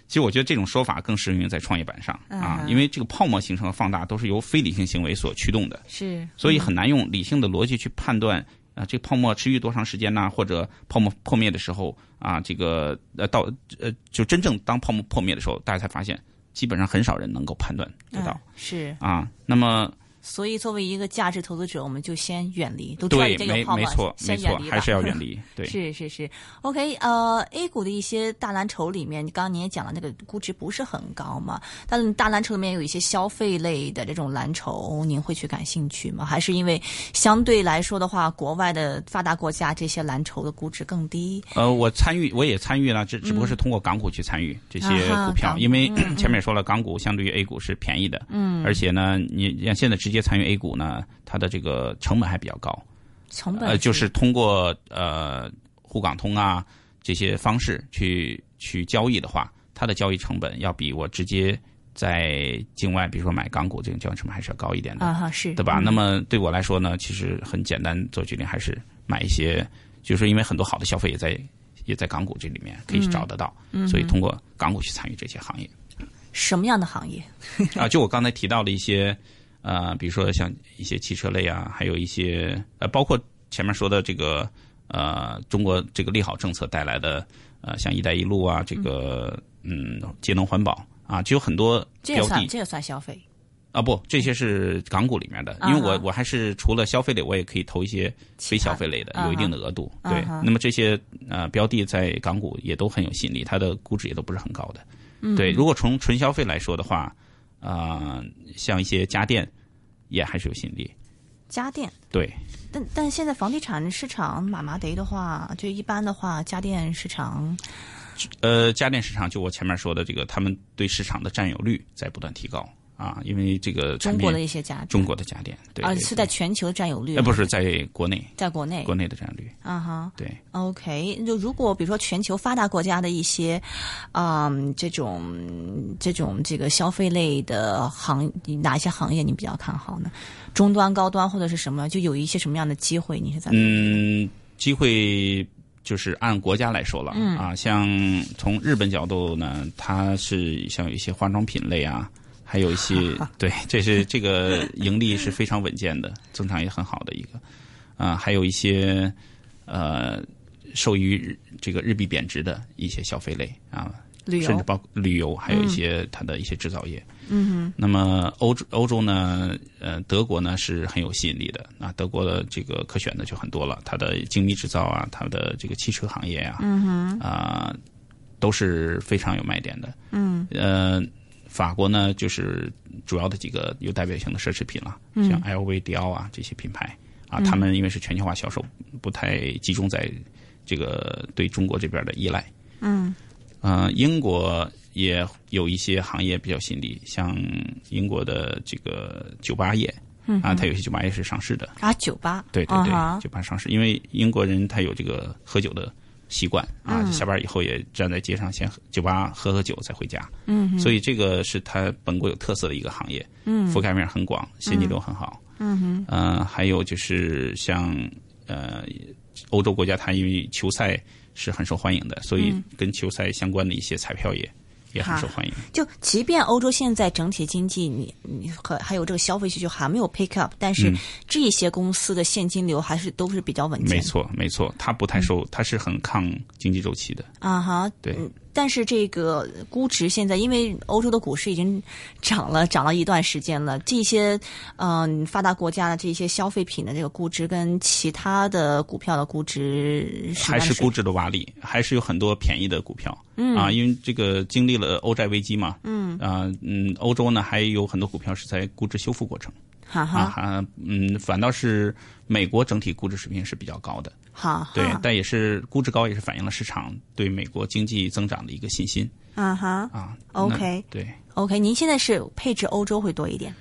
Speaker 2: 其实我觉得这种说法更适用于在创业板上
Speaker 1: 嗯，
Speaker 2: 啊
Speaker 1: 哼
Speaker 2: 因为这个泡沫形成和放大都是由非理性行为所驱动的，
Speaker 1: 是，嗯
Speaker 2: 所以很难用理性的逻辑去判断啊、这个泡沫持续多长时间呐、或者泡沫破灭的时候啊，这个呃到呃就真正当泡沫破灭的时候，大家才发现，基本上很少人能够判断得
Speaker 1: 嗯
Speaker 2: 到、
Speaker 1: 是，
Speaker 2: 啊。那么
Speaker 1: 所以作为一个价值投资者，我们就先远离，都知道已
Speaker 2: 对，
Speaker 1: 经
Speaker 2: 没
Speaker 1: 有泡
Speaker 2: 没
Speaker 1: 沫
Speaker 2: 错
Speaker 1: 了，
Speaker 2: 没
Speaker 1: 先
Speaker 2: 错
Speaker 1: 远，离吧
Speaker 2: 还是要远。离。对，
Speaker 1: 是是是，OK，呃，A 股的一些大蓝筹里面，刚刚您也讲了，那个估值不是很高嘛，但是大蓝筹里面有一些消费类的这种蓝筹，您会去感兴趣吗？还是因为相对来说的话，国外的发达国家这些蓝筹的估值更低？
Speaker 2: 呃，我参与，我也参与了，只只不过是通过港股去参与这些
Speaker 1: 嗯啊哈
Speaker 2: 股票，
Speaker 1: 港
Speaker 2: 因为前面也说了，港股相对于 A 股是便宜的，嗯，而且呢，你像现在直接参与 A 股呢，它的这个成本还比较高，
Speaker 1: 成本
Speaker 2: 呃，就是通过呃沪港通啊这些方式去去交易的话，它的交易成本要比我直接在境外，比如说买港股这种交易成本还是要高一点的，
Speaker 1: 啊哈是
Speaker 2: 对吧？
Speaker 1: 嗯
Speaker 2: 那么对我来说呢，其实很简单，做决定还是买一些，就是因为很多好的消费也在也在港股这里面可以找得到，所以通过港股去参与这些行业
Speaker 1: 嗯什么样的行业？
Speaker 2: 啊。就我刚才提到的一些，呃，比如说像一些汽车类啊，还有一些呃，包括前面说的这个呃，中国这个利好政策带来的呃，像“一带一路”啊，这个嗯，节能环保。啊，就有很多
Speaker 1: 这也
Speaker 2: 标
Speaker 1: 算
Speaker 2: 的
Speaker 1: 这也算消费
Speaker 2: 啊，不，这些是港股里面的，因为我
Speaker 1: 嗯哼
Speaker 2: 我还是除了消费类，我也可以投一些非消费类的
Speaker 1: 其，他
Speaker 2: 有一定的额度。
Speaker 1: 嗯
Speaker 2: 对
Speaker 1: 嗯哼，
Speaker 2: 那么这些呃标的在港股也都很有吸引力，它的估值也都不是很高的。
Speaker 1: 嗯
Speaker 2: 对，如果从纯消费来说的话，啊，像一些家电也还是有吸引力。
Speaker 1: 家电。
Speaker 2: 对，
Speaker 1: 但但现在房地产市场麻麻得的话，就一般的话，家电市场
Speaker 2: 呃，家电市场就我前面说的这个，他们对市场的占有率在不断提高啊，因为这个产
Speaker 1: 中
Speaker 2: 品
Speaker 1: 国的一些家
Speaker 2: 中国的家电，对，
Speaker 1: 啊
Speaker 2: 对
Speaker 1: 是在全球占有率
Speaker 2: 呃，不是在国内
Speaker 1: 在国内
Speaker 2: 国内的占有率，
Speaker 1: 啊哈。
Speaker 2: 对。
Speaker 1: OK，就如果比如说全球发达国家的一些，嗯，这种这种这个消费类的行，哪一些行业你比较看好呢？中端、高端或者是什么？就有一些什么样的机会？你是在
Speaker 2: 嗯，机会就是按国家来说了、啊，像从日本角度呢，它是像有一些化妆品类啊，还有一些对，这是这个盈利是非常稳健的， *laughs* 增长也很好的一个啊、还有一些呃受益于日这个日币贬值的一些消费类啊，
Speaker 1: 旅
Speaker 2: 甚至
Speaker 1: 游？
Speaker 2: 包括旅游，还有一些它的一些制造业。嗯哼。那么欧洲欧洲呢，呃，德国呢是很有吸引力的。啊，德国的这个可选的就很多了，它的精密制造啊，它的这个汽车行业啊，嗯哼，啊、都是非常有卖点的。嗯。呃，法国呢，就是主要的几个有代表性的奢侈品了，像 LV、迪奥啊这些品牌啊，他们因为是全球化销售，不太集中在这个对中国这边的依赖。呃，英国也有一些行业比较吸引力，像英国的这个酒吧业，啊，它有些酒吧业是上市的，
Speaker 1: 嗯啊，酒吧？
Speaker 2: 对对对，
Speaker 1: 啊哈
Speaker 2: 酒吧上市，因为英国人他有这个喝酒的习惯啊，下班以后也站在街上先喝酒吧喝喝酒再回家，嗯，所以这个是它本国有特色的一个行业，嗯，覆盖面很广，现金流很好，嗯哼，呃，还有就是像呃欧洲国家，它因为球赛是很受欢迎的，所以跟球赛相关的一些彩票也。也很受欢迎，
Speaker 1: 就即便欧洲现在整体经济你你和还有这个消费需求还没有 pick up，但
Speaker 2: 嗯
Speaker 1: 是这一些公司的现金流还是都是比较稳健的。
Speaker 2: 没错，没错，它不太受，它是很抗经济周期的，
Speaker 1: 啊哈，
Speaker 2: 对
Speaker 1: 嗯，但是这个估值现在，因为欧洲的股市已经涨了，涨了一段时间了。这些嗯、发达国家的这些消费品的这个估值跟其他的股票的估值什么
Speaker 2: 还
Speaker 1: 样的
Speaker 2: 是
Speaker 1: 水
Speaker 2: 估值的洼地，还是有很多便宜的股票。嗯啊，因为这个经历了欧债危机嘛。嗯啊嗯，欧洲呢还有很多股票是在估值修复过程
Speaker 1: 哈
Speaker 2: 啊，
Speaker 1: 哈
Speaker 2: 还嗯，反倒是美国整体估值水平是比较高的，
Speaker 1: 哈
Speaker 2: 啊对
Speaker 1: 哈，
Speaker 2: 但也是估值高也是反映了市场对美国经济增长的一个信心
Speaker 1: 啊哈
Speaker 2: 啊。那
Speaker 1: OK
Speaker 2: 对，
Speaker 1: OK，您现在是配置欧洲会多一点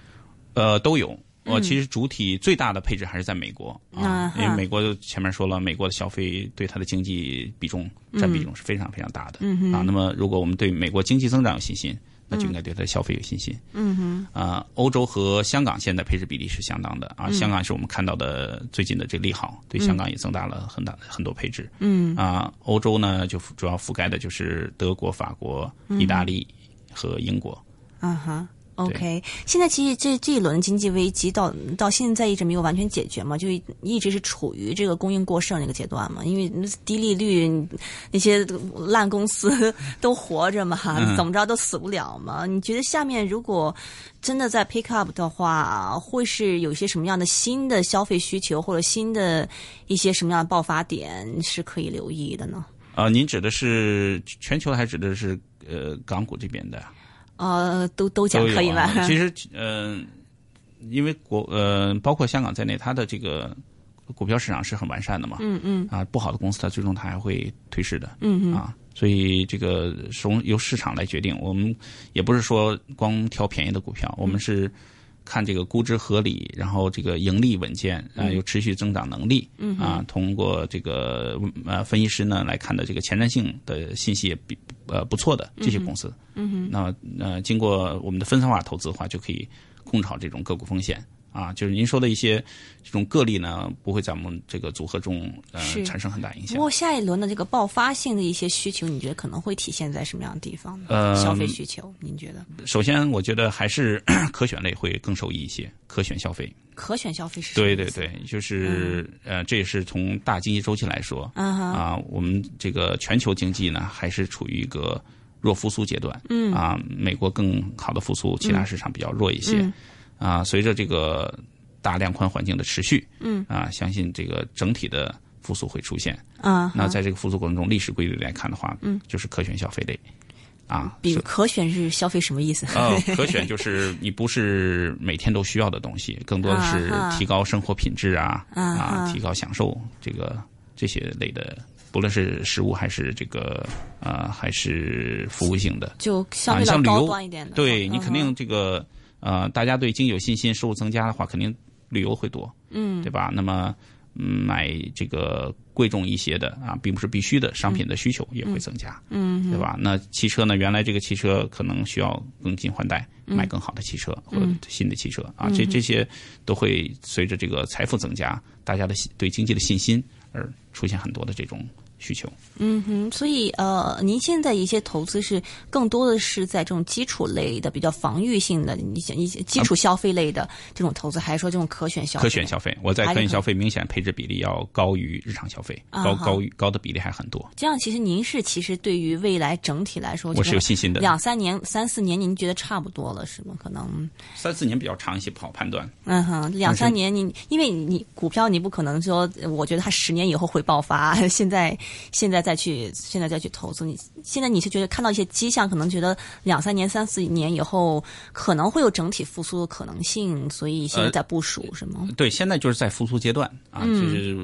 Speaker 2: 呃，都有。我其实主体最大的配置还是在美国
Speaker 1: 啊
Speaker 2: 啊，因为美国前面说了，美国的消费对它的经济比重占比重是非常非常大的
Speaker 1: 嗯
Speaker 2: 啊。那么，如果我们对美国经济增长有信心，那就应该对它的消费有信心。嗯哼。啊，欧洲和香港现在配置比例是相当的啊，
Speaker 1: 嗯
Speaker 2: 香港是我们看到的最近的这个利好，对香港也增大了很大很多配置。嗯。啊，欧洲呢就主要覆盖的就是德国、法国、
Speaker 1: 嗯
Speaker 2: 意大利和英国。
Speaker 1: 啊哈。OK，现在其实这这一轮经济危机到到现在一直没有完全解决嘛，就一一直是处于这个供应过剩这个阶段嘛，因为低利率那些烂公司 *laughs* 都活着嘛，
Speaker 2: 嗯
Speaker 1: 怎么着都死不了嘛。你觉得下面如果真的在 pick up 的话，会是有些什么样的新的消费需求或者新的一些什么样的爆发点是可以留意的呢？
Speaker 2: 啊，您指的是全球的还是指的是呃港股这边的？
Speaker 1: 呃，都都讲
Speaker 2: 都有
Speaker 1: 可以吗？*laughs*
Speaker 2: 啊其实嗯、因为国呃包括香港在内，它的这个股票市场是很完善的嘛。嗯嗯。啊，不好的公司它最终它还会退市的。嗯嗯。啊，所以这个从由市场来决定，我们也不是说光挑便宜的股票，我们是。看这个估值合理，然后这个盈利稳健啊、有持续增长能力，嗯啊，通过这个呃分析师呢来看的这个前瞻性的信息也比呃不错的这些公司，嗯哼，那呃经过我们的分散化投资的话，就可以控制好这种个股风险啊，就是您说的一些这种个例呢，不会在我们这个组合中呃
Speaker 1: 是
Speaker 2: 产生很大影响
Speaker 1: 不。过下一轮的这个爆发性的一些需求，你觉得可能会体现在什么样的地方呢？
Speaker 2: 呃
Speaker 1: 消费需求，您觉得
Speaker 2: 首先，我觉得还是 *clears throat* 可选类会更受益一些，可选消费。
Speaker 1: 可选消费是嗯什么
Speaker 2: 对
Speaker 1: 意
Speaker 2: 对
Speaker 1: 思
Speaker 2: 对，就是、呃，这也是从
Speaker 1: 嗯
Speaker 2: 啊大经济周期来说，啊、我们这个全球经济呢还是处于一个弱复苏阶段，
Speaker 1: 嗯
Speaker 2: 啊，美国更好的复苏，其他市场比较弱一些，
Speaker 1: 嗯
Speaker 2: 啊，随着这个大量宽环境的持续，
Speaker 1: 嗯
Speaker 2: 啊，相信这个整体的复苏会出现。
Speaker 1: 啊，
Speaker 2: 那在这个复苏过程中，历史规律来看的话，嗯，就是可选消费类，啊，
Speaker 1: 比
Speaker 2: 是
Speaker 1: 可选是消费什么意思？
Speaker 2: *laughs* 呃，可选就是你不是每天都需要的东西，更多的是
Speaker 1: 啊哈
Speaker 2: 提高生活品质啊，
Speaker 1: 啊
Speaker 2: 啊，
Speaker 1: 哈
Speaker 2: 提高享受这个这些类的，不论是食物还是这个呃还是服务性的，
Speaker 1: *laughs* 就消
Speaker 2: 啊，
Speaker 1: 费
Speaker 2: 你
Speaker 1: 到
Speaker 2: 像旅
Speaker 1: 高
Speaker 2: 游
Speaker 1: 端一点的，
Speaker 2: 对你
Speaker 1: 嗯
Speaker 2: 肯定这个呃，大家对经济有信心，收入增加的话，肯定旅游会多，嗯，对吧？那么嗯买这个贵重一些的啊，并不是必须的商品的需求也会增加，嗯，对吧？那汽车呢，原来这个汽车可能需要更新换代，买更好的汽车或者新的汽车啊，这这些都会随着这个财富增加，大家的信对经济的信心而出现很多的这种需求。
Speaker 1: 嗯哼，所以呃，您现在一些投资是更多的是在这种基础类的、比较防御性的一些一些基础消费类的这种投资，还是说这种可选消费？
Speaker 2: 可选消费，我在
Speaker 1: 还
Speaker 2: 可
Speaker 1: 是
Speaker 2: 选
Speaker 1: 可
Speaker 2: 消费明显配置比例要高于日常消费，
Speaker 1: 啊
Speaker 2: 高
Speaker 1: 哈
Speaker 2: 高于高的比例还很多，
Speaker 1: 这样，其实您是其实对于未来整体来说，
Speaker 2: 我是有
Speaker 1: 这种
Speaker 2: 信心的。
Speaker 1: 两三年、三四年，您觉得差不多了是吗？可能
Speaker 2: 三四年比较长一些，不好判断。
Speaker 1: 嗯哼，两三年你，因为你你股票你不可能说，呃我觉得它十年以后会爆发， *laughs* 现在现在再去现在再去投资，你现在你是觉得看到一些迹象，可能觉得两三年、三四年以后可能会有整体复苏的可能性，所以现在在部署、是吗？
Speaker 2: 对，现在就是在复苏阶段啊，就是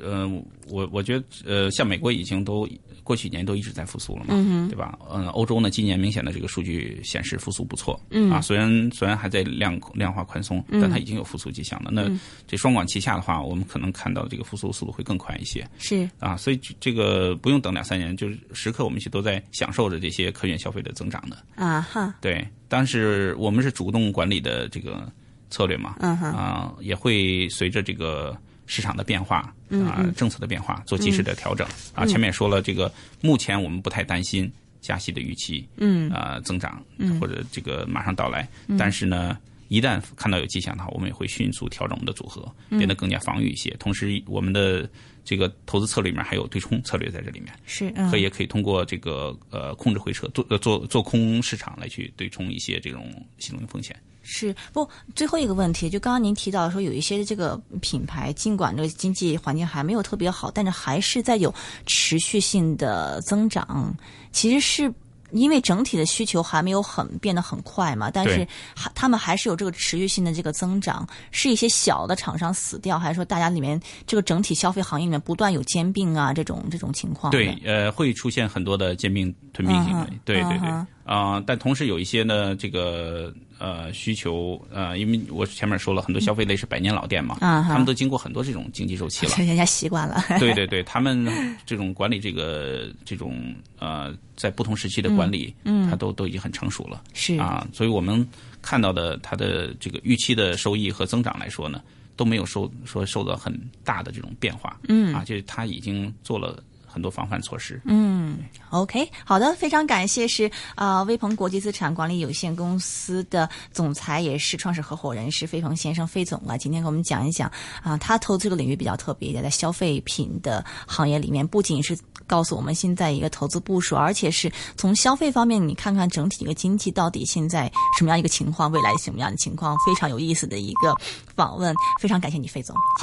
Speaker 2: 呃，我我觉得呃，像美国已经都过去几年都一直在复苏了嘛，对吧？嗯、欧洲呢，今年明显的这个数据显示复苏不错，嗯啊，虽然虽然还在量量化宽松，但它已经有复苏迹象了。那这双管齐下的话，我们可能看到这个复苏速度会更快一些。
Speaker 1: 是，
Speaker 2: 啊，所以这这个不用等两三年，就是时刻我们一起都在享受着这些可选消费的增长的。
Speaker 1: 啊哈，
Speaker 2: 对，但是我们是主动管理的这个策略嘛，
Speaker 1: 嗯哼，
Speaker 2: 啊，也会随着这个市场的变化
Speaker 1: 嗯
Speaker 2: 啊，政策的变化做及时的调整啊。前面也说了，这个目前我们不太担心加息的预期，
Speaker 1: 嗯
Speaker 2: 啊，增长或者这个马上到来，但是呢。一旦看到有迹象的话，我们也会迅速调整我们的组合，
Speaker 1: 嗯
Speaker 2: 变得更加防御一些。同时，我们的这个投资策略里面还有对冲策略在这里面。
Speaker 1: 是，嗯
Speaker 2: 可以也可以通过这个呃控制回撤做呃做做空市场来去对冲一些这种系统性风险。
Speaker 1: 是不？最后一个问题，就刚刚您提到说，有一些这个品牌，尽管这个经济环境还没有特别好，但是还是在有持续性的增长。其实是因为整体的需求还没有很变得很快嘛，但是
Speaker 2: 对
Speaker 1: 还他们还是有这个持续性的这个增长。是一些小的厂商死掉，还是说大家里面这个整体消费行业里面不断有兼并啊这种这种情况？ *laughs*
Speaker 2: 对，，呃，会出现很多的兼并吞并行为
Speaker 1: 嗯哼。
Speaker 2: 对对对，
Speaker 1: 嗯
Speaker 2: 啊、但同时有一些呢，这个呃需求呃，因为我前面说了很多消费类是百年老店嘛，
Speaker 1: 嗯哼
Speaker 2: 他们都经过很多这种经济周
Speaker 1: *laughs*
Speaker 2: 期了。
Speaker 1: 人家习惯了。
Speaker 2: 对对对，他们这种管理这个这种呃，在不同时期的管理，嗯，它都都已经很成熟了。
Speaker 1: *laughs* 是
Speaker 2: 啊，所以我们看到的它的这个预期的收益和增长来说呢，都没有受说受到很大的这种变化。嗯，啊，就是它已经做了很多防范措施。嗯，
Speaker 1: OK，好的，非常感谢是啊、呃威鹏国际资产管理有限公司的总裁，也是创始合伙人是飞鹏先生飞总啊，今天给我们讲一讲啊、他投资这个领域比较特别，也在消费品的行业里面，不仅是告诉我们现在一个投资部署，而且是从消费方面，你看看整体一个经济到底现在什么样一个情况，未来什么样的情况，非常有意思的一个访问，非常感谢你，飞总。
Speaker 2: 好。